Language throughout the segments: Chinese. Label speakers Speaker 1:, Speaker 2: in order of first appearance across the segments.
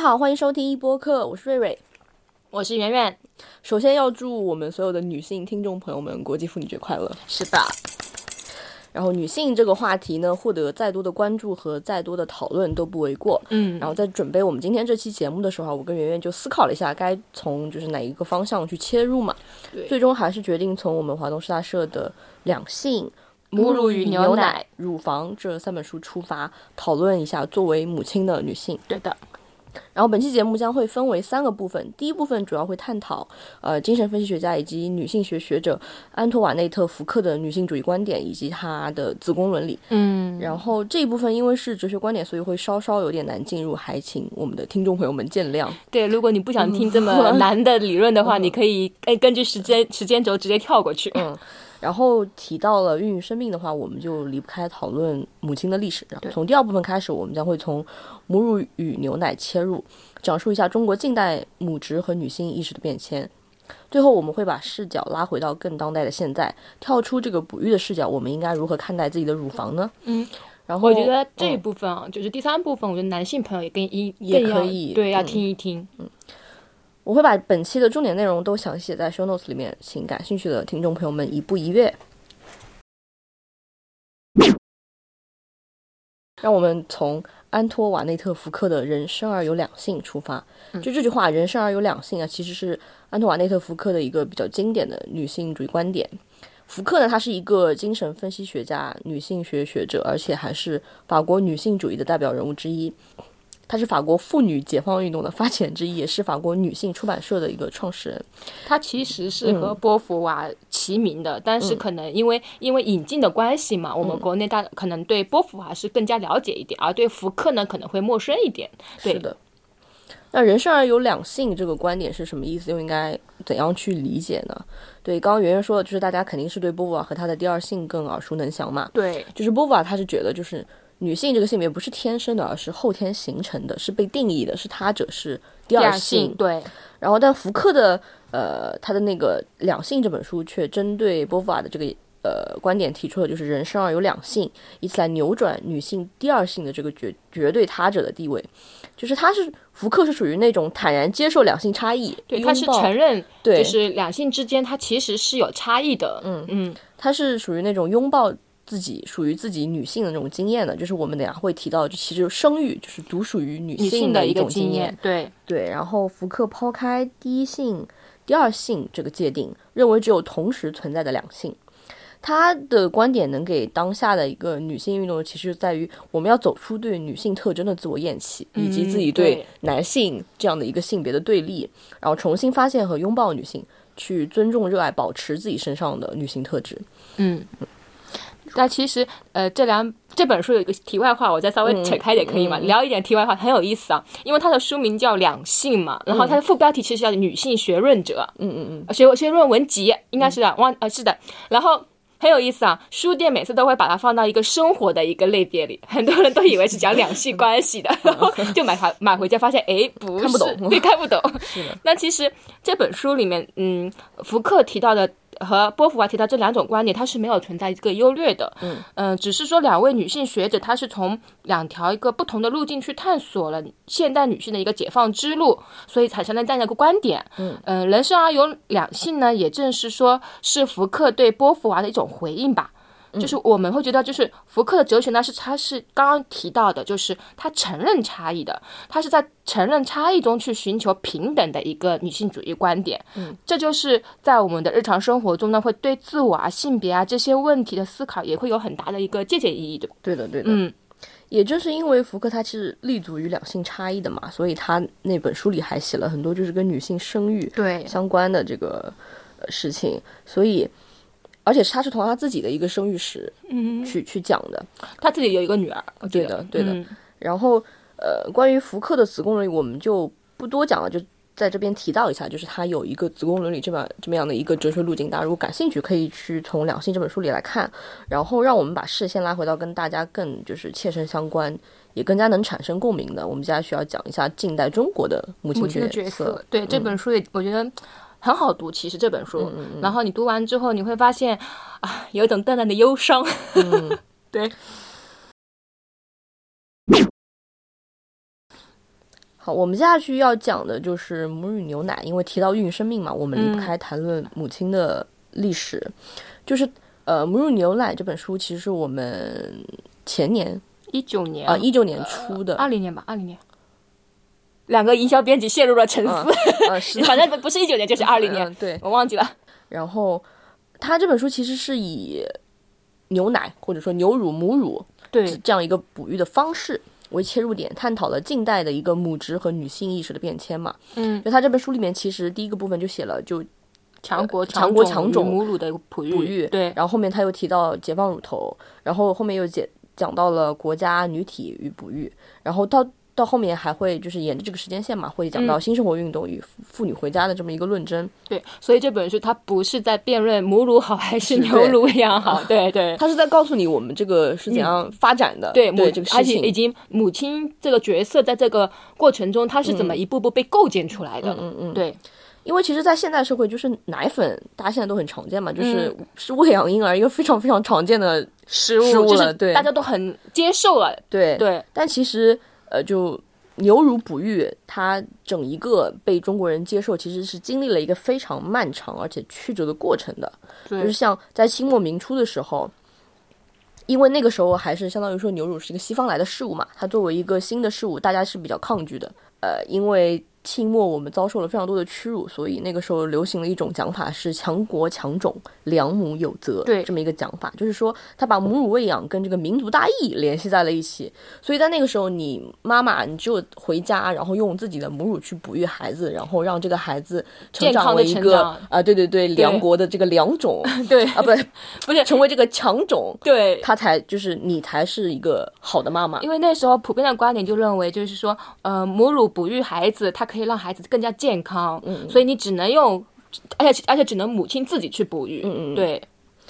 Speaker 1: 好，欢迎收听一播客，我是瑞瑞。
Speaker 2: 我是圆圆。
Speaker 1: 首先要祝我们所有的女性听众朋友们国际妇女节快乐。
Speaker 2: 是的，
Speaker 1: 然后，女性这个话题呢，获得再多的关注和再多的讨论都不为过。
Speaker 2: 嗯，
Speaker 1: 然后在准备我们今天这期节目的时候啊，我跟圆圆就思考了一下，该从就是哪一个方向去切入嘛。
Speaker 2: 对
Speaker 1: 最终还是决定从我们华东师大社的两性、
Speaker 2: 母乳与牛
Speaker 1: 奶
Speaker 2: 奶、
Speaker 1: 乳房这三本书出发，讨论一下作为母亲的女性。
Speaker 2: 对的，
Speaker 1: 然后本期节目将会分为三个部分，第一部分主要会探讨呃精神分析学家以及女性学学者安托瓦内特·福克的女性主义观点以及她的子宫伦理。
Speaker 2: 嗯，
Speaker 1: 然后这一部分因为是哲学观点，所以会稍稍有点难进入，还请我们的听众朋友们见谅。
Speaker 2: 对，如果你不想听这么 难的理论的话，你可以哎根据时间时间轴直接跳过去。
Speaker 1: 然后提到了孕育生命的话，我们就离不开讨论母亲的历史。然后从第二部分开始，我们将会从母乳与牛奶切入，讲述一下中国近代母职和女性意识的变迁。最后，我们会把视角拉回到更当代的现在，跳出这个哺育的视角，我们应该如何看待自己的乳房呢？
Speaker 2: 嗯，
Speaker 1: 然后
Speaker 2: 我觉得这一部分啊，就是第三部分，我觉得男性朋友也更一
Speaker 1: 也
Speaker 2: 更要
Speaker 1: 可以
Speaker 2: 对，要
Speaker 1: 嗯
Speaker 2: 听一听。
Speaker 1: 我会把本期的重点内容都详细写在 show notes 里面，请感兴趣的听众朋友们一步一跃。让我们从安托瓦内特·福克的“人生而有两性”出发。就这句话“人生而有两性”啊，其实是安托瓦内特·福克的一个比较经典的女性主义观点。福克呢，她是一个精神分析学家、女性学学者，而且还是法国女性主义的代表人物之一。她是法国妇女解放运动的发起人之一，也是法国女性出版社的一个创始人。
Speaker 2: 他其实是和波伏娃齐名的，但是可能因为、因为引进的关系嘛，我们国内大可能对波伏娃是更加了解一点，而对福克呢可能会陌生一点。对
Speaker 1: 是的。那人生而有两性这个观点是什么意思？又应该怎样去理解呢？对，刚刚圆圆说的就是大家肯定是对波伏娃和她的第二性更耳熟能详嘛。
Speaker 2: 对，
Speaker 1: 就是波伏娃她是觉得就是女性这个性别不是天生的，而是后天形成的，是被定义的，是他者，是第
Speaker 2: 第
Speaker 1: 二
Speaker 2: 二
Speaker 1: 性
Speaker 2: 性。对，
Speaker 1: 然后，但福克的呃他的那个《两性》这本书却针对波伏娃的这个呃观点提出了，就是人生啊而有两性，以此来扭转女性第二性的这个绝绝对他者的地位。就是他是福克是属于那种坦然接受两性差异，
Speaker 2: 对，
Speaker 1: 拥
Speaker 2: 他是
Speaker 1: 抱
Speaker 2: 承认，
Speaker 1: 对
Speaker 2: 就是两性之间它其实是有差异的。嗯嗯，
Speaker 1: 他是属于那种拥抱自己属于自己女性的那种经验的，就是我们等一下会提到，就其实生育就是独属于女
Speaker 2: 女
Speaker 1: 性
Speaker 2: 的
Speaker 1: 一
Speaker 2: 一个
Speaker 1: 种经验
Speaker 2: 验。，对，
Speaker 1: 对，然后福克抛开第一性、第二性这个界定，认为只有同时存在的两性。他的观点能给当下的一个女性运动，其实在于我们要走出对女性特征的自我厌弃，以及自己
Speaker 2: 嗯对
Speaker 1: 对男性这样的一个性别的对立，然后重新发现和拥抱女性，去尊重、热爱、保持自己身上的女性特质。
Speaker 2: 嗯。但其实，呃，这两这本书有一个题外话，我再稍
Speaker 1: 嗯
Speaker 2: 微扯开一点可以吗？聊一点题外话，很有意思啊。因为它的书名叫《两性》
Speaker 1: 嗯
Speaker 2: 嘛，然后它的副标题其实叫《女性学论者》，嗯嗯嗯，学学论文集应该是
Speaker 1: 嗯
Speaker 2: 的，忘呃是的。然后很有意思啊，书店每次都会把它放到一个生活的一个类别里，很多人都以为是讲两性关系 的，然后就买它买回家发现，哎，不是，
Speaker 1: 看不 懂
Speaker 2: 对，看不懂。那其实这本书里面，嗯，福克提到的和波伏娃提到这两种观点，它是没有存在一个优劣的。嗯、只是说两位女性学者，她是从两条一个不同的路径去探索了现代女性的一个解放之路，所以产生了这样一个观点。嗯、人生而有两性呢，也正是说是福克对波伏娃的一种回应吧。就是我们会觉得，就是福克的哲学呢，是他是刚刚提到的，就是他承认差异的，他是在承认差异中去寻求平等的一个女性主义观点。嗯，这就是在我们的日常生活中呢，会对自我啊、性别啊这些问题的思考也会有很大的一个借鉴意义，对吧？
Speaker 1: 对的，对的。
Speaker 2: 嗯，
Speaker 1: 也正是因为福克他是立足于两性差异的嘛，所以他那本书里还写了很多就是跟女性生育
Speaker 2: 对
Speaker 1: 相关的这个呃事情，所以而且是他是从他自己的一个生育史
Speaker 2: 嗯，
Speaker 1: 去、去讲的。
Speaker 2: 他自己有一个女儿，我记
Speaker 1: 对
Speaker 2: 得
Speaker 1: 的，对的。
Speaker 2: 嗯
Speaker 1: 然后呃，关于福克的子宫伦理，我们就不多讲了，就在这边提到一下，就是他有一个子宫伦理这么这么样的一个哲学路径，大家如果感兴趣，可以去从《两性》这本书里来看。然后让我们把视线拉回到跟大家更就是切身相关，也更加能产生共鸣的，我们接下来需要讲一下近代中国的母亲
Speaker 2: 母亲的角
Speaker 1: 色
Speaker 2: 色。。对、这本书也，我觉得很好读。其实这本书，然后你读完之后，你会发现啊，有一种淡淡的忧伤。对，
Speaker 1: 好，我们接下去要讲的就是母乳牛奶，因为提到孕育生命嘛，我们离
Speaker 2: 嗯
Speaker 1: 不开谈论母亲的历史。就是呃，《母乳牛奶》这本书其实是我们前年
Speaker 2: 一九年
Speaker 1: 啊一九年出的，
Speaker 2: 呃二零年吧，二零年。两个营销编辑陷入了沉思，
Speaker 1: 嗯嗯是的
Speaker 2: 反正不不是一九年就是二零年
Speaker 1: 嗯，对。
Speaker 2: 我忘记了。
Speaker 1: 然后它这本书其实是以牛奶或者说牛乳、母乳这
Speaker 2: 对，
Speaker 1: 这样一个哺育的方式为切入点，探讨了近代的一个母职和女性意识的变迁嘛。
Speaker 2: 嗯，
Speaker 1: 就他这本书里面，其实第一个部分就写了就
Speaker 2: 呃强国
Speaker 1: 强国强种
Speaker 2: 与母乳的哺育，
Speaker 1: 哺育，
Speaker 2: 对，
Speaker 1: 然后后面他又提到解放乳头，然后后面又解讲到了国家女体与哺育，然后到到后面还会就是沿着这个时间线嘛，会讲到新生活运动与妇妇女回家的这么一个论争。
Speaker 2: 对，所以这本书它不是在辩论母乳好还是牛
Speaker 1: 对
Speaker 2: 乳养好， 对对
Speaker 1: 他是在告诉你我们这个是怎样发展的，
Speaker 2: 对，
Speaker 1: 嗯对
Speaker 2: 母
Speaker 1: 这个
Speaker 2: 而
Speaker 1: 事
Speaker 2: 且以
Speaker 1: 情。
Speaker 2: 及母亲这个角色在这个过程中，它是怎么一步步被构建出来的，嗯嗯，对，
Speaker 1: 因为其实，在现代社会，就是奶粉大家现在都很常见嘛，就是是喂养婴儿一个非常非常常见的
Speaker 2: 食
Speaker 1: 食物
Speaker 2: 就
Speaker 1: 了
Speaker 2: 是
Speaker 1: 对
Speaker 2: 大家都很接受了，
Speaker 1: 对
Speaker 2: 对，
Speaker 1: 但其实呃，就牛乳哺育，它整一个被中国人接受，其实是经历了一个非常漫长而且曲折的过程的。
Speaker 2: 对
Speaker 1: 就是像在清末明初的时候。因为那个时候还是相当于说牛乳是一个西方来的事物嘛，它作为一个新的事物，大家是比较抗拒的。呃，因为清末我们遭受了非常多的屈辱，所以那个时候流行了一种讲法是“强国强种，良母有责”
Speaker 2: 对
Speaker 1: 这么一个讲法，就是说他把母乳喂养跟这个民族大义联系在了一起。所以在那个时候，你妈妈你只有回家，然后用自己的母乳去哺育孩子，然后让这个孩子成
Speaker 2: 健康
Speaker 1: 长
Speaker 2: 地
Speaker 1: 为一
Speaker 2: 成
Speaker 1: 个
Speaker 2: 长
Speaker 1: 啊、对对对，良国的这个良 种
Speaker 2: 对
Speaker 1: 啊，不不是成为这个强种，
Speaker 2: 对，
Speaker 1: 他才就是你才是一个好的妈妈。嗯
Speaker 2: 因为那时候普遍的观点就认为，就是说，呃，母乳哺育孩子，它可以让孩子更加健康，
Speaker 1: 嗯
Speaker 2: 所以你只能用，而且而且只能母亲自己去哺育，
Speaker 1: 嗯嗯嗯
Speaker 2: 对，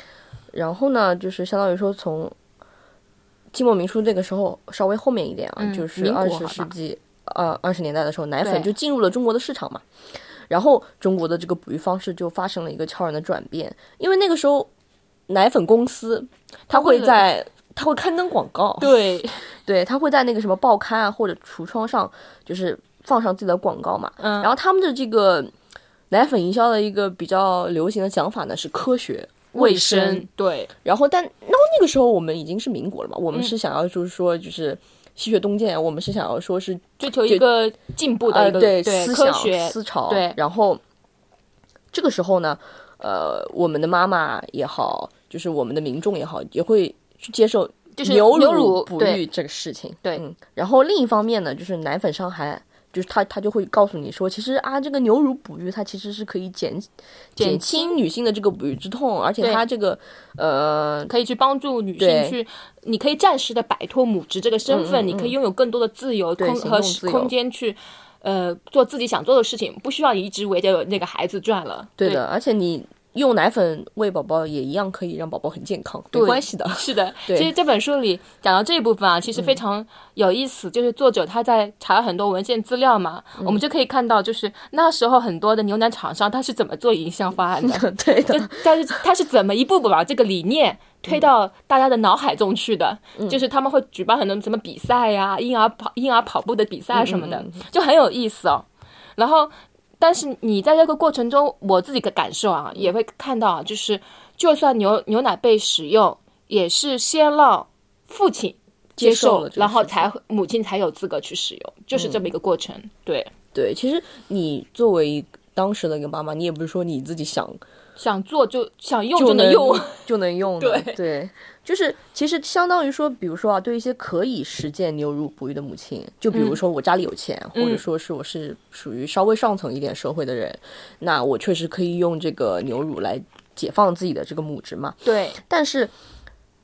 Speaker 1: 然后呢，就是相当于说从清末民初那个时候稍微后面一点啊，
Speaker 2: 嗯
Speaker 1: 就是
Speaker 2: 民国
Speaker 1: 二
Speaker 2: 好
Speaker 1: 十
Speaker 2: 吧
Speaker 1: 世纪呃二十年代的时候，奶粉
Speaker 2: 对
Speaker 1: 就进入了中国的市场嘛。然后中国的这个哺育方式就发生了一个悄然的转变，因为那个时候奶粉公司它
Speaker 2: 为
Speaker 1: 会
Speaker 2: 了
Speaker 1: 在它会刊登广告，
Speaker 2: 对，
Speaker 1: 对，它会在那个什么报刊啊或者橱窗上就是放上自己的广告嘛。
Speaker 2: 嗯
Speaker 1: 然后他们的这个奶粉营销的一个比较流行的讲法呢是科学卫生，，
Speaker 2: 对，
Speaker 1: 然后但然后那个时候我们已经是民国了嘛，
Speaker 2: 嗯
Speaker 1: 我们是想要就是说就是西学东渐，我们是想要说是
Speaker 2: 追求一个进步的
Speaker 1: 呃
Speaker 2: 一个、
Speaker 1: 对
Speaker 2: 对
Speaker 1: 思
Speaker 2: 科
Speaker 1: 想
Speaker 2: 学，
Speaker 1: 思潮
Speaker 2: 对
Speaker 1: 然后这个时候呢，呃，我们的妈妈也好，就是我们的民众也好，也会去接受
Speaker 2: 就是
Speaker 1: 牛
Speaker 2: 牛
Speaker 1: 乳
Speaker 2: 乳
Speaker 1: 哺
Speaker 2: 对
Speaker 1: 育这个事情。
Speaker 2: 对
Speaker 1: 嗯，然后另一方面呢，就是奶粉商还。就是他，他就会告诉你说，其实啊，这个牛乳哺育它其实是可以减
Speaker 2: 减
Speaker 1: 减轻女性的这个哺育之痛，而且
Speaker 2: 对
Speaker 1: 它这个呃，
Speaker 2: 可以去帮助女
Speaker 1: 对嗯
Speaker 2: 性去，你可以暂时的摆脱母职这个身份，你可以拥有更多的自由空
Speaker 1: 行
Speaker 2: 和
Speaker 1: 动自由
Speaker 2: 空间去。呃，做自己想做的事情，不需要一直围着那个孩子转了。
Speaker 1: 对的，而且你用奶粉喂宝宝也一样可以让宝宝很健康，没
Speaker 2: 对
Speaker 1: 关系的。
Speaker 2: 是的，
Speaker 1: 对嗯
Speaker 2: 其实这本书里讲到这一部分啊，其实非常有意思，就是作者他在查了很多文献资料嘛，我
Speaker 1: 嗯
Speaker 2: 们就可以看到，就是那时候很多的牛奶厂商他是怎么做营销方案的，
Speaker 1: 对的，
Speaker 2: 但是他是怎么一步步把这个理念
Speaker 1: 嗯
Speaker 2: 推到大家的脑海中去的，就是他们会举办很多什么比赛呀、婴儿跑婴儿跑步的比赛什么
Speaker 1: 嗯
Speaker 2: 的，就很有意思哦。然后，但是你在这个过程中，我自己的感受啊，也会看到啊，就是就算牛牛奶被使用，也是先让父亲接
Speaker 1: 接受
Speaker 2: 受，
Speaker 1: 了这个
Speaker 2: 然后
Speaker 1: 事情嗯
Speaker 2: 才母亲才有资格去使用，就是这么一个过程。对，
Speaker 1: 对，其实你作为一当时的一个妈妈，你也不是说你自己想
Speaker 2: 想做就想用就
Speaker 1: 就
Speaker 2: 能
Speaker 1: 能
Speaker 2: 用，
Speaker 1: 就能用的，
Speaker 2: 对
Speaker 1: 就是其实相当于说，比如说啊，对一些可以实践牛乳哺育的母亲，就
Speaker 2: 嗯
Speaker 1: 比如说我家里有钱，或者说是我是属于稍微上层一点社会的人，那我确实可以用这个牛乳来解放自己的这个母职嘛。
Speaker 2: 对
Speaker 1: 但是，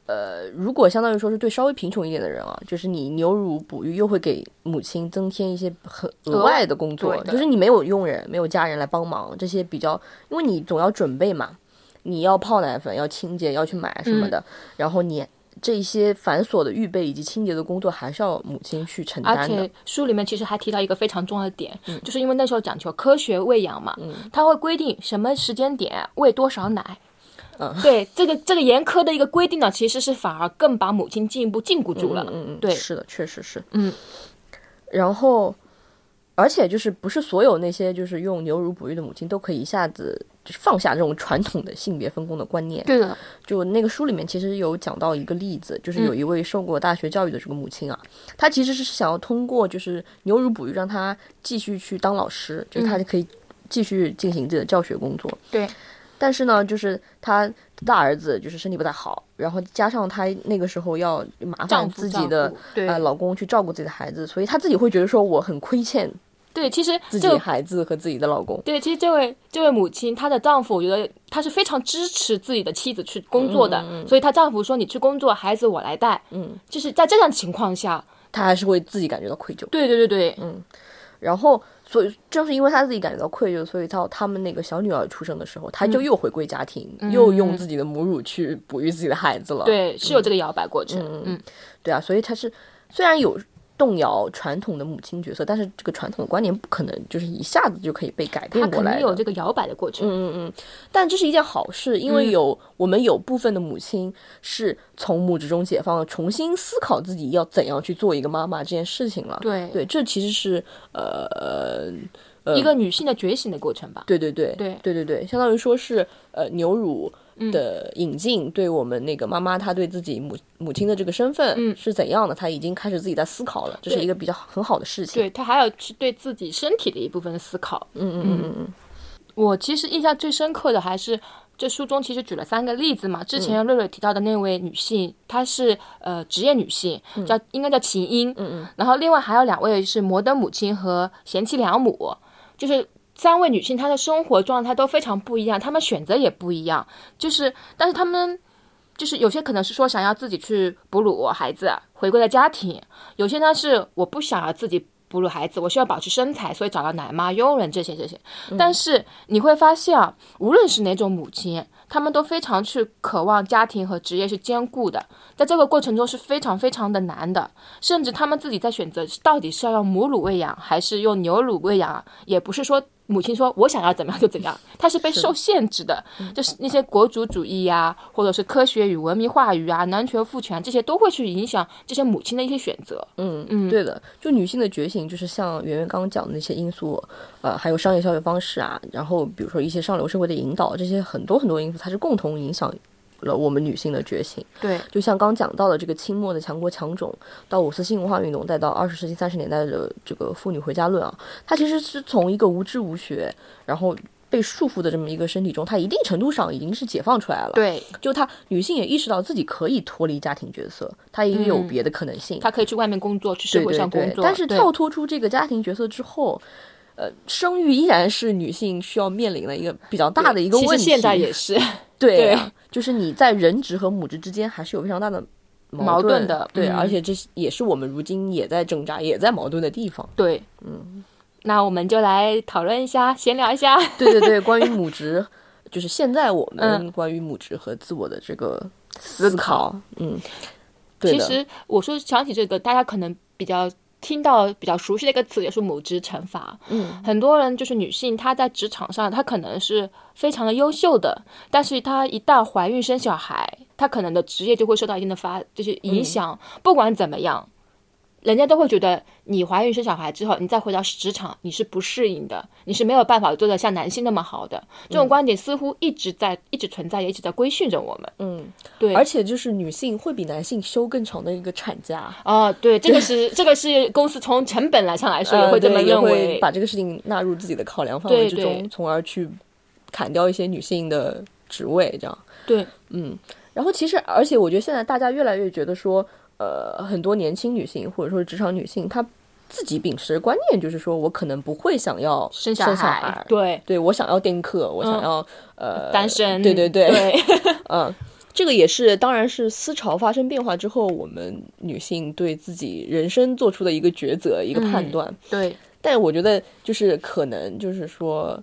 Speaker 1: 呃，如果相当于说是对稍微贫穷一点的人啊，就是你牛乳哺育又会给母亲增添一些很额外的工作
Speaker 2: 对，的
Speaker 1: 就是你没有佣人，没有家人来帮忙，这些比较，因为你总要准备嘛，你要泡奶粉，要清洁，要去买什么的，
Speaker 2: 嗯
Speaker 1: 然后你。这一些繁琐的预备以及清洁的工作，还是要母亲去承
Speaker 2: 而
Speaker 1: 担的
Speaker 2: 且。书里面其实还提到一个非常重要的点，就是因为那时候讲求科学喂养嘛，它会规定什么时间点喂多少奶。 对这个这个严苛的一个规定呢，其实是反而更把
Speaker 1: 嗯
Speaker 2: 母嗯亲进一步禁锢住了。
Speaker 1: 嗯嗯，
Speaker 2: 对
Speaker 1: 是的，确实是。
Speaker 2: 嗯，
Speaker 1: 然后而且就是不是所有那些就是用牛乳哺育的母亲都可以一下子就是放下这种传统的性别分工的观念。
Speaker 2: 对的，
Speaker 1: 就那个书里面其实有讲到一个例子，就是有一位受过大学教育的这个母亲啊，她其实是想要通过就是牛乳哺育让她继续去当老师，就是她就可以继续进行自己的教学工作。
Speaker 2: 对，
Speaker 1: 但是呢，就是她大儿子就是身体不太好，然后加上她那个时候要麻
Speaker 2: 丈
Speaker 1: 烦
Speaker 2: 夫
Speaker 1: 自
Speaker 2: 照
Speaker 1: 己的
Speaker 2: 顾对、
Speaker 1: 呃老公去照顾自己的孩子，所以她自己会觉得说我很亏欠
Speaker 2: 对，其实
Speaker 1: 自己
Speaker 2: 这
Speaker 1: 的
Speaker 2: 个
Speaker 1: 孩子和自己的老公。
Speaker 2: 对，其实这位这位母亲，她的丈夫，我觉得她是非常支持自己的妻子去工作的，所以她丈夫说：“你去工作，孩子我来带。”嗯，就是在这样情况下，
Speaker 1: 他还是会自己感觉到愧疚。
Speaker 2: 对对对对，
Speaker 1: 然后，所以正是因为他自己感觉到愧疚，所以到他们那个小女儿出生的时候，他就
Speaker 2: 嗯
Speaker 1: 又回归家庭，又用自己的母乳去哺育自己的孩子了。
Speaker 2: 对是有这个摇摆过程。嗯，
Speaker 1: 对啊，所以他是虽然有动摇传统的母亲角色，但是这个传统的观念不可能就是一下子就可以被改
Speaker 2: 她
Speaker 1: 变过
Speaker 2: 肯
Speaker 1: 来
Speaker 2: 定有
Speaker 1: 的。
Speaker 2: 这个摇摆的过程。
Speaker 1: 但这是一件好事，因
Speaker 2: 嗯
Speaker 1: 为有、我们有部分的母亲是从母职中解放，重新思考自己要怎样去做一个妈妈这件事情了。
Speaker 2: 对
Speaker 1: 对，这其实是呃
Speaker 2: 一个女性的觉醒的过程吧。
Speaker 1: 对对对
Speaker 2: 对
Speaker 1: 对对对，相当于说是呃牛乳的
Speaker 2: 嗯
Speaker 1: 引进，对我们那个妈妈她对自己母母亲的这个身份是怎样的，她已经开始自己在思考了，这是
Speaker 2: 嗯对
Speaker 1: 一个比较很好的事情。
Speaker 2: 对，她还有去对自己身体的一部分的思考。
Speaker 1: 嗯嗯嗯嗯嗯，
Speaker 2: 我其实印象最深刻的还是这书中其实举了三个例子嘛。之前瑞瑞提到的那位女性，她是呃职业女性，叫应该叫琴音。嗯嗯。然后另外还有两位是摩登母亲和贤妻良母，就是。三位女性，她的生活状态都非常不一样，她们选择也不一样。就是，但是她们，就是有些可能是说想要自己去哺乳孩子，回归了家庭；有些呢是我不想要自己哺乳孩子，我需要保持身材，所以找到奶妈、佣人这些这些。但是你会发现啊，无论是哪种母亲，她们都非常去渴望家庭和职业是兼顾的，在这个过程中是非常非常的难的，甚至她们自己在选择到底是要用母乳喂养还是用牛乳喂养，也不是说。母亲说：“我想要怎么样就怎样。”她是被受限制的，就是那些国族主义呀、或者是科学与文明话语啊、男权父权这些，都会去影响这些母亲的一些选择。
Speaker 1: 对的，就女性的觉醒，就是像圆圆刚刚讲的那些因素，呃，还有商业消费方式啊，然后比如说一些上流社会的引导，这些很多很多因素，它是共同影响了我们女性的觉醒。
Speaker 2: 对，
Speaker 1: 就像刚讲到的这个清末的强国强种，到五四新文化运动，再到二十世纪三十年代的这个妇女回家论啊，它其实是从一个无知无学，然后被束缚的这么一个身体中，它一定程度上已经是解放出来了。，
Speaker 2: 对，
Speaker 1: 就她女性也意识到自己可以脱离家庭角色，她也有别的可能性。
Speaker 2: 她可以去外面工作，去社
Speaker 1: 对
Speaker 2: 会
Speaker 1: 对
Speaker 2: 上工
Speaker 1: 对
Speaker 2: 作。
Speaker 1: 但是
Speaker 2: 对
Speaker 1: 跳脱出这个家庭角色之后。呃，生育依然是女性需要面临的一个比较大的一个
Speaker 2: 其
Speaker 1: 问
Speaker 2: 实
Speaker 1: 题。
Speaker 2: 现在也是，
Speaker 1: 对
Speaker 2: 对
Speaker 1: 啊，就是你在人职和母职之间还是有非常大的
Speaker 2: 矛
Speaker 1: 盾
Speaker 2: 盾的
Speaker 1: 对，
Speaker 2: 嗯
Speaker 1: 而且这是也是我们如今也在挣扎、也在矛盾的地方。
Speaker 2: 对，嗯，那我们就来讨论一下，闲聊一下，
Speaker 1: 对对对，关于母职，就是现在我们关于母职和自我的这个嗯思考，嗯，对
Speaker 2: 其
Speaker 1: 的，
Speaker 2: 实我说想起这个，大家可能比较听到比较熟悉的一个词，也是母职惩罚。嗯，很多人就是女性，她在职场上，她可能是非常的优秀的，但是她一旦怀孕生小孩，她可能的职业就会受到一定的发，就是影
Speaker 1: 嗯
Speaker 2: 响。不管怎么样，人家都会觉得你怀孕生小孩之后，你再回到职场，你是不适应的，你是没有办法做得像男性那么好的。这
Speaker 1: 嗯
Speaker 2: 种观点似乎一直在一直存在，也一直在规训着我们。
Speaker 1: 嗯，
Speaker 2: 对，
Speaker 1: 而且就是女性会比男性休更长的一个产 假，
Speaker 2: 哦，对，这 个是这个是公司从成本来上来说也
Speaker 1: 呃
Speaker 2: 会这
Speaker 1: 对
Speaker 2: 么
Speaker 1: 也
Speaker 2: 认
Speaker 1: 会
Speaker 2: 为，
Speaker 1: 把这个事情纳入自己的考量范
Speaker 2: 对
Speaker 1: 围之
Speaker 2: 对
Speaker 1: 中，从而去砍掉一些女性的职位，这样。
Speaker 2: 对
Speaker 1: 然后其实，而且我觉得现在大家越来越觉得说，呃，很多年轻女性或者说是职场女性，她自己秉持的观念就是说我可能不会想要
Speaker 2: 生
Speaker 1: 小
Speaker 2: 孩，嗯
Speaker 1: 孩
Speaker 2: 对，
Speaker 1: 对我想要丁克，我想要、呃
Speaker 2: 单身，
Speaker 1: 对对对
Speaker 2: 对
Speaker 1: 这个也是，当然是思潮发生变化之后，我们女性对自己人生做出的一
Speaker 2: 嗯
Speaker 1: 个抉择、一个判断。
Speaker 2: 对
Speaker 1: 但我觉得就是可能就是说，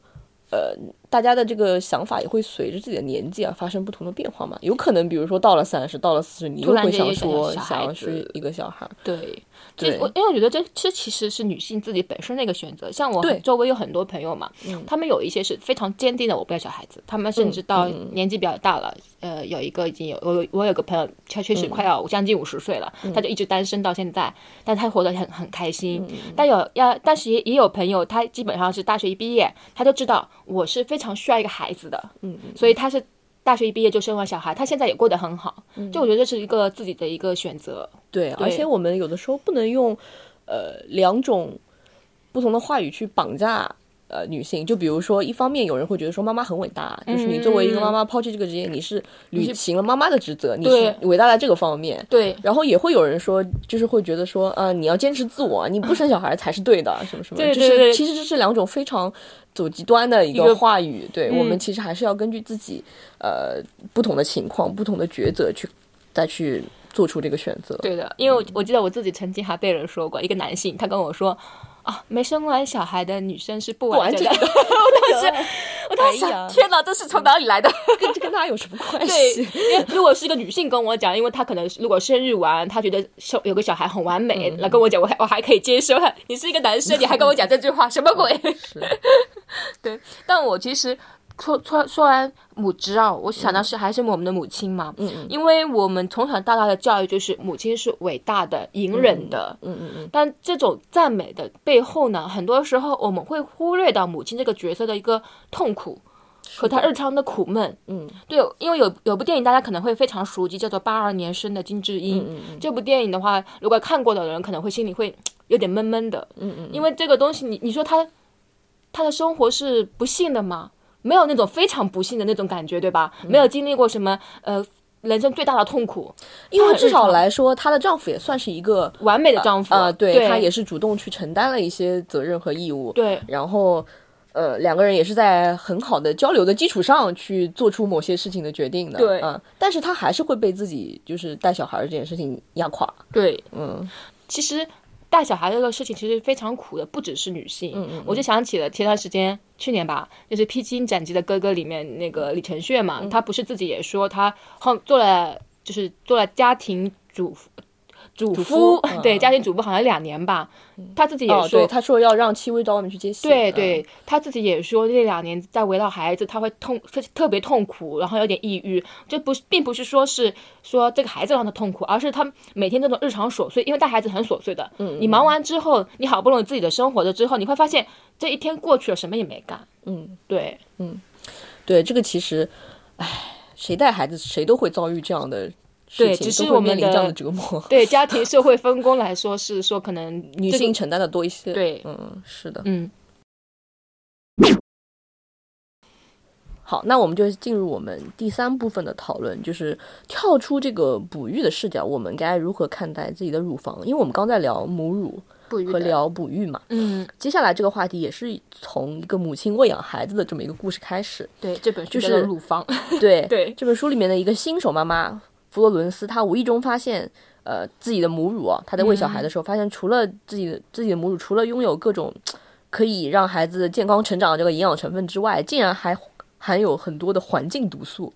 Speaker 1: 呃，大家的这个想法也会随着自己的年纪啊发生不同的变化嘛。有可能，比如说到了三十，到了四十，你又
Speaker 2: 突然
Speaker 1: 会
Speaker 2: 间
Speaker 1: 想
Speaker 2: 也想要
Speaker 1: 说
Speaker 2: 小
Speaker 1: 想
Speaker 2: 孩
Speaker 1: 要是
Speaker 2: 子
Speaker 1: 一个小孩儿。
Speaker 2: 对，这
Speaker 1: 对
Speaker 2: 我因为我觉得这这其实是女性自己本身的一个选择。像我
Speaker 1: 对
Speaker 2: 周围有很多朋友嘛，他们有一些是非常坚定的我不要小孩子，他们甚至到年纪比较大了，呃，有一个已经有我有我有个朋友，他确实快要将近五十岁了，他就一直单身到现在，但他活得很很开心。但有要，但是也也有朋友，他基本上是大学一毕业，他就知道我是非常需要一个孩子的，嗯，所以他是。大学一毕业就生完小孩，他现在也过得很好，就我觉得这是一个自己的一个选择，
Speaker 1: 对，而
Speaker 2: 对
Speaker 1: 且我们有的时候不能用呃两种不同的话语去绑架呃女性。就比如说，一方面有人会觉得说妈妈很伟大，就是你作为
Speaker 2: 嗯
Speaker 1: 一个妈妈抛弃这个职业，你是履行了妈妈的职责，你
Speaker 2: 对
Speaker 1: 是伟大在这个方面。
Speaker 2: 对，
Speaker 1: 然后也会有人说，就是会觉得说，啊、你要坚持自我，你不生小孩才是对的，什么什么，
Speaker 2: 对
Speaker 1: 就
Speaker 2: 对对
Speaker 1: 是其实这是两种非常走极端的一
Speaker 2: 一个
Speaker 1: 个话语。对、我
Speaker 2: 嗯
Speaker 1: 们其实还是要根据自己呃不同的情况、不同的抉择去再去做出这个选择。
Speaker 2: 对的，因为我我记得我自己曾经还被人说过，一个男性他跟我说。啊，没生完小孩的女生是不完整的。 我当时，我当时
Speaker 1: 哎呀
Speaker 2: 想，天哪，这是从哪里来的？
Speaker 1: 跟这跟他有什么关
Speaker 2: 对，
Speaker 1: 系？
Speaker 2: 因为如果是一个女性跟我讲，因为她可能如果生日完，她觉得生有个小孩很完美，来跟我讲，我还我还可以接受。 你是一个男生，你还跟我讲这句话，什么鬼？
Speaker 1: 是，
Speaker 2: 对，但我其实说说说完母职啊，我想到是还是我们的母亲嘛，嗯嗯，因为我们从小到大的教育就是母亲是伟大的、隐忍的，嗯嗯嗯，但这种赞美的背后呢，很多时候我们会忽略到母亲这个角色的一个痛苦。和她日常的苦闷，
Speaker 1: 嗯，
Speaker 2: 对，因为有有部电影大家可能会非常熟悉，叫做《八二年生的金智
Speaker 1: 嗯
Speaker 2: 英》。这部电影的话，如果看过的人可能会心里会有点闷闷的，嗯嗯，因为这个东西，你你说她他的生活是不幸的吗？没有那种非常不幸的那种感觉，对吧？
Speaker 1: 嗯
Speaker 2: 没有经历过什么呃人生最大的痛苦，
Speaker 1: 因为
Speaker 2: 很
Speaker 1: 至
Speaker 2: 日常
Speaker 1: 少来说，她的丈夫也算是一个
Speaker 2: 完美的丈夫
Speaker 1: 啊、呃对
Speaker 2: 对
Speaker 1: 她也是主动去承担了一些责任和义务。
Speaker 2: 对
Speaker 1: 然后，呃，两个人也是在很好的交流的基础上去做出某些事情的决定的。
Speaker 2: 对
Speaker 1: 啊、但是她还是会被自己就是带小孩儿这件事情压垮。
Speaker 2: 对，
Speaker 1: 嗯，
Speaker 2: 其实带小孩这个事情其实非常苦的，不只是女性。嗯嗯我就想起了前段时间，去年吧，就是《披荆斩棘的哥哥》里面那个李承铉嘛，他不是自己也说他后做了，就是做了家庭主妇。主
Speaker 1: 主
Speaker 2: 夫
Speaker 1: 夫嗯
Speaker 2: 对家庭主妇好像两年吧，他自己也
Speaker 1: 哦，
Speaker 2: 说
Speaker 1: 对，，她说要让戚薇到外面去接戏。
Speaker 2: 对
Speaker 1: 嗯，
Speaker 2: 对，他自己也说那两年在围绕孩子，他会痛，特特别痛苦，然后有点抑郁。这不是，并不是说是说这个孩子让他痛苦，而是他每天这种日常琐碎，因为带孩子很琐碎的。嗯，你忙完之后，你好不容易自己的生活了之后，你会发现这一天过去了，什么也没干。
Speaker 1: 嗯，
Speaker 2: 对，
Speaker 1: 对，这个其实，唉，谁带孩子谁都会遭遇这样的事情，
Speaker 2: 对只是
Speaker 1: 都会
Speaker 2: 我们
Speaker 1: 面临这
Speaker 2: 的
Speaker 1: 样的折磨。
Speaker 2: 对家庭社会分工来说，是说可能
Speaker 1: 女
Speaker 2: 这个
Speaker 1: 性承担的多一些，
Speaker 2: 对，
Speaker 1: 嗯，是的。
Speaker 2: 嗯，
Speaker 1: 好，那我们就进入我们第三部分的讨论，就是跳出这个哺育的视角，我们该如何看待自己的乳房？因为我们刚在聊母乳
Speaker 2: 不愉
Speaker 1: 和
Speaker 2: 快
Speaker 1: 聊哺育嘛，
Speaker 2: 嗯，
Speaker 1: 接下来这个话题也是从一个母亲喂养孩子的这么一个故事开始。
Speaker 2: 对，这本书
Speaker 1: 就
Speaker 2: 叫做
Speaker 1: 是
Speaker 2: 乳房，
Speaker 1: 对
Speaker 2: 对
Speaker 1: 这本书里面的一个新手妈妈弗洛伦斯，她无意中发现，呃，自己的母乳啊，她在喂小孩的时候，发现除了自己的自己的母乳，除了拥有各种可以让孩子健康成长的这个营养成分之外，竟然还含有很多的环境毒素，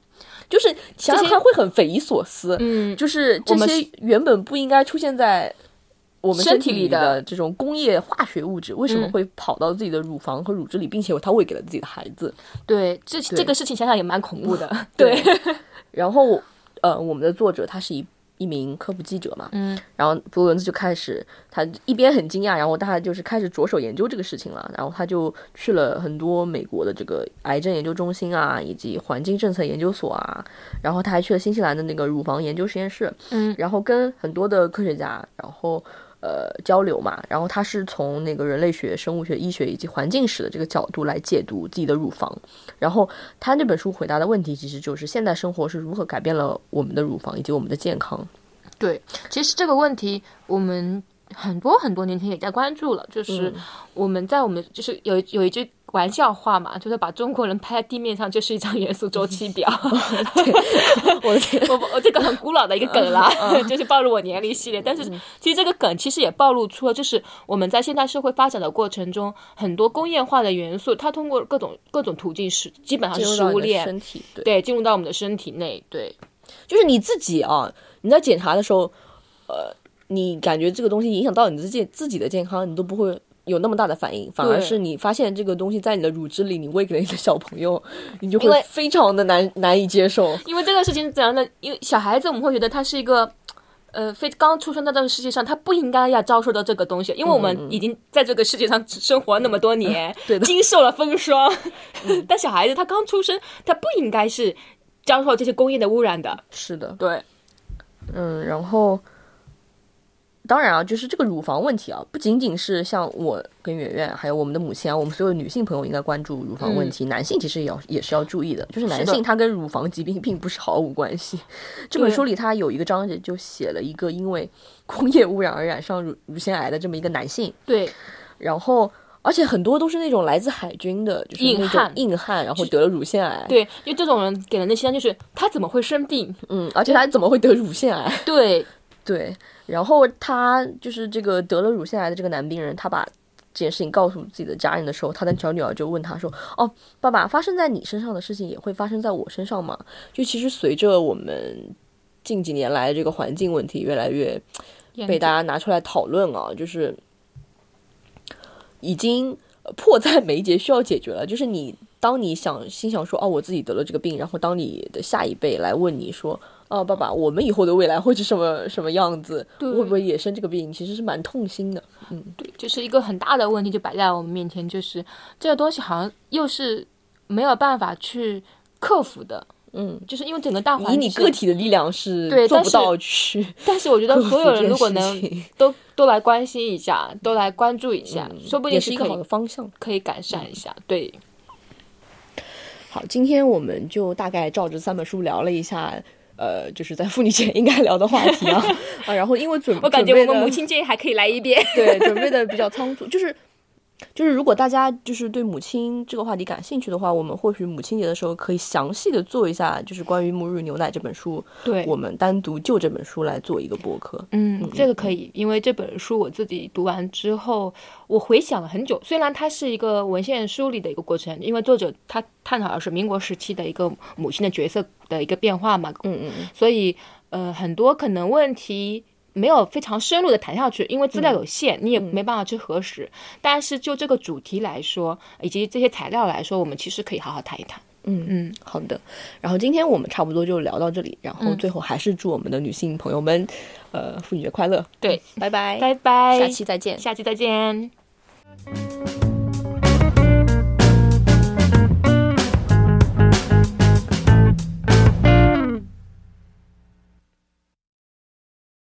Speaker 1: 就是想想
Speaker 2: 这些
Speaker 1: 看会很匪夷所思，
Speaker 2: 嗯，
Speaker 1: 就是这
Speaker 2: 我们
Speaker 1: 些原本不应该出现在。我们
Speaker 2: 身
Speaker 1: 身
Speaker 2: 体
Speaker 1: 体
Speaker 2: 里
Speaker 1: 里
Speaker 2: 的
Speaker 1: 的这种工业化学物质为什么
Speaker 2: 嗯
Speaker 1: 会跑到自己的乳房和乳汁里，并且它喂给了自己的孩子？
Speaker 2: 对，这这
Speaker 1: 对
Speaker 2: 个事情想想也蛮恐怖的，
Speaker 1: 对，然后呃，我们的作者他是一一名科普记者嘛，
Speaker 2: 嗯，
Speaker 1: 然后弗洛伦斯就开始，他一边很惊讶，然后他就是开始着手研究这个事情了，然后他就去了很多美国的这个癌症研究中心啊，以及环境政策研究所啊，然后他还去了新西兰的那个乳房研究实验室，
Speaker 2: 嗯，
Speaker 1: 然后跟很多的科学家，然后。呃，交流嘛，然后他是从那个人类学、生物学、医学以及环境史的这个角度来解读自己的乳房，然后他这本书回答的问题其实就是现代生活是如何 改变了我们的乳房以及我们的健康。
Speaker 2: 对，其实这个问题我们很多很多年前也在关注了，就是
Speaker 1: 嗯
Speaker 2: 我们在我们就是有有一句玩笑话嘛，就是把中国人拍在地面上就是一张元素周期 表。
Speaker 1: 哦我的天，
Speaker 2: 我我这个很古老的一个梗啦，
Speaker 1: 嗯
Speaker 2: 就是暴露我年龄系列。但是其实这个梗其实也暴露出了，就是我们在现代社会发展的过程中，很多工业化的元素，它通过各种各种途径是基本上是
Speaker 1: 进入
Speaker 2: 食
Speaker 1: 到你
Speaker 2: 物
Speaker 1: 的
Speaker 2: 链，
Speaker 1: 身体，对，
Speaker 2: 对，进入到我们的身体内，对，
Speaker 1: 就是你自己啊，你在检查的时候，呃，你感觉这个东西影响到你自己自己的健康，你都不会有那么大的反应，反而
Speaker 2: 对
Speaker 1: 是你发现这个东西在你的乳汁里，你喂给了你的小朋友，你就
Speaker 2: 因
Speaker 1: 会
Speaker 2: 为
Speaker 1: 非常的难难以接受。
Speaker 2: 因为这个事情是怎样的？因为小孩子我们会觉得他是一个，呃，非刚出生在这个世界上，他不应该要遭受到这个东西，因为我
Speaker 1: 嗯
Speaker 2: 们已经在这个世界上生活了那么多年，
Speaker 1: 对的嗯
Speaker 2: 经受了风霜。 但小孩子他刚出生，他不应该是遭受这些工业的污染的。
Speaker 1: 是的，
Speaker 2: 对，
Speaker 1: 嗯，然后，当然啊，就是这个乳房问题啊，不仅仅是像我跟圆圆，还有我们的母亲啊，我们所有女性朋友应该关注乳房问题，男性其实也要也是要注意的。就是男
Speaker 2: 嗯是的
Speaker 1: 性他跟乳房疾病并不是毫无关系。这本
Speaker 2: 对
Speaker 1: 书里他有一个章节就写了一个因为工业污染而染上乳乳腺癌的这么一个男性，
Speaker 2: 对，
Speaker 1: 然后。而且很多都是那种来自海军的，就是
Speaker 2: 硬
Speaker 1: 那种
Speaker 2: 汉
Speaker 1: 硬汉，然后得了乳腺癌。，
Speaker 2: 对，因为这种人给人的形象就是他怎么会生病？
Speaker 1: 嗯，而且他怎么会得乳腺癌？
Speaker 2: 对，
Speaker 1: 对，然后他就是这个得了乳腺癌的这个男病人，他把这件事情告诉自己的家人的时候，他的小女儿就问他说：“哦，爸爸，发生在你身上的事情也会发生在我身上吗？”就其实随着我们近几年来这个环境问题越来越
Speaker 2: 嗯
Speaker 1: 被大家拿出来讨论啊，就是已经呃迫在眉睫，需要解决了。就是你当你想心想说哦，我自己得了这个病，然后当你的下一辈来问你说。哦，爸爸，我们以后的未来会是什么什么样子？
Speaker 2: 对
Speaker 1: 会不会也生这个病？其实是蛮痛心的。
Speaker 2: 对，就是一个很大的问题就摆在我们面前，就是这个东西好像又是没有办法去克服的，
Speaker 1: 嗯，
Speaker 2: 就是因为整个大环
Speaker 1: 以
Speaker 2: 境。
Speaker 1: 你个，体的力量是
Speaker 2: 对
Speaker 1: 做
Speaker 2: 但
Speaker 1: 不
Speaker 2: 是
Speaker 1: 到去
Speaker 2: 但是我觉
Speaker 1: 克
Speaker 2: 得
Speaker 1: 服
Speaker 2: 所有
Speaker 1: 这
Speaker 2: 人
Speaker 1: 件
Speaker 2: 如果
Speaker 1: 事
Speaker 2: 能
Speaker 1: 情
Speaker 2: 都都来关心一下，都来关注一下，说不
Speaker 1: 也
Speaker 2: 定
Speaker 1: 是一个
Speaker 2: 嗯可
Speaker 1: 好的
Speaker 2: 以嗯
Speaker 1: 方向。
Speaker 2: 可以改善一下。对，
Speaker 1: 好，今天我们就大概照着三本书聊了一下，呃，就是在妇女节应该聊的话 题啊啊。然后因为准
Speaker 2: 我感觉
Speaker 1: 准
Speaker 2: 我
Speaker 1: 备
Speaker 2: 们
Speaker 1: 的
Speaker 2: 母亲节还可以来一遍。
Speaker 1: 对，准备的比较仓促，就是就是，如果大家就是对母亲这个话题感兴趣的话，我们或许母亲节的时候可以详细的做一下，就是关于《母乳牛奶》这本书，
Speaker 2: 对
Speaker 1: 我们单独就这本书来做一个播客。
Speaker 2: 嗯，这个可以，因为这本书我自己读完之后，我回想了很久。虽然它是一个文献梳理的一个过程，因为作者他探讨的是民国时期的一个母亲的角色的一个变化嘛，
Speaker 1: 嗯嗯嗯，
Speaker 2: 所以呃，很多可能问题没有非常深入的谈下去，因为资
Speaker 1: 嗯
Speaker 2: 料有限，你也没办法去核实。但是就这个主题来说，以及这些材料来说，我们其实可以好好谈一谈。
Speaker 1: 好的。然后今天我们差不多就聊到这里，然后
Speaker 2: 嗯
Speaker 1: 最后还是祝我们的女性朋友们，呃，妇女节快乐，
Speaker 2: 对，
Speaker 1: 拜拜，
Speaker 2: 拜拜，
Speaker 1: 下期再见。
Speaker 2: 下期再见。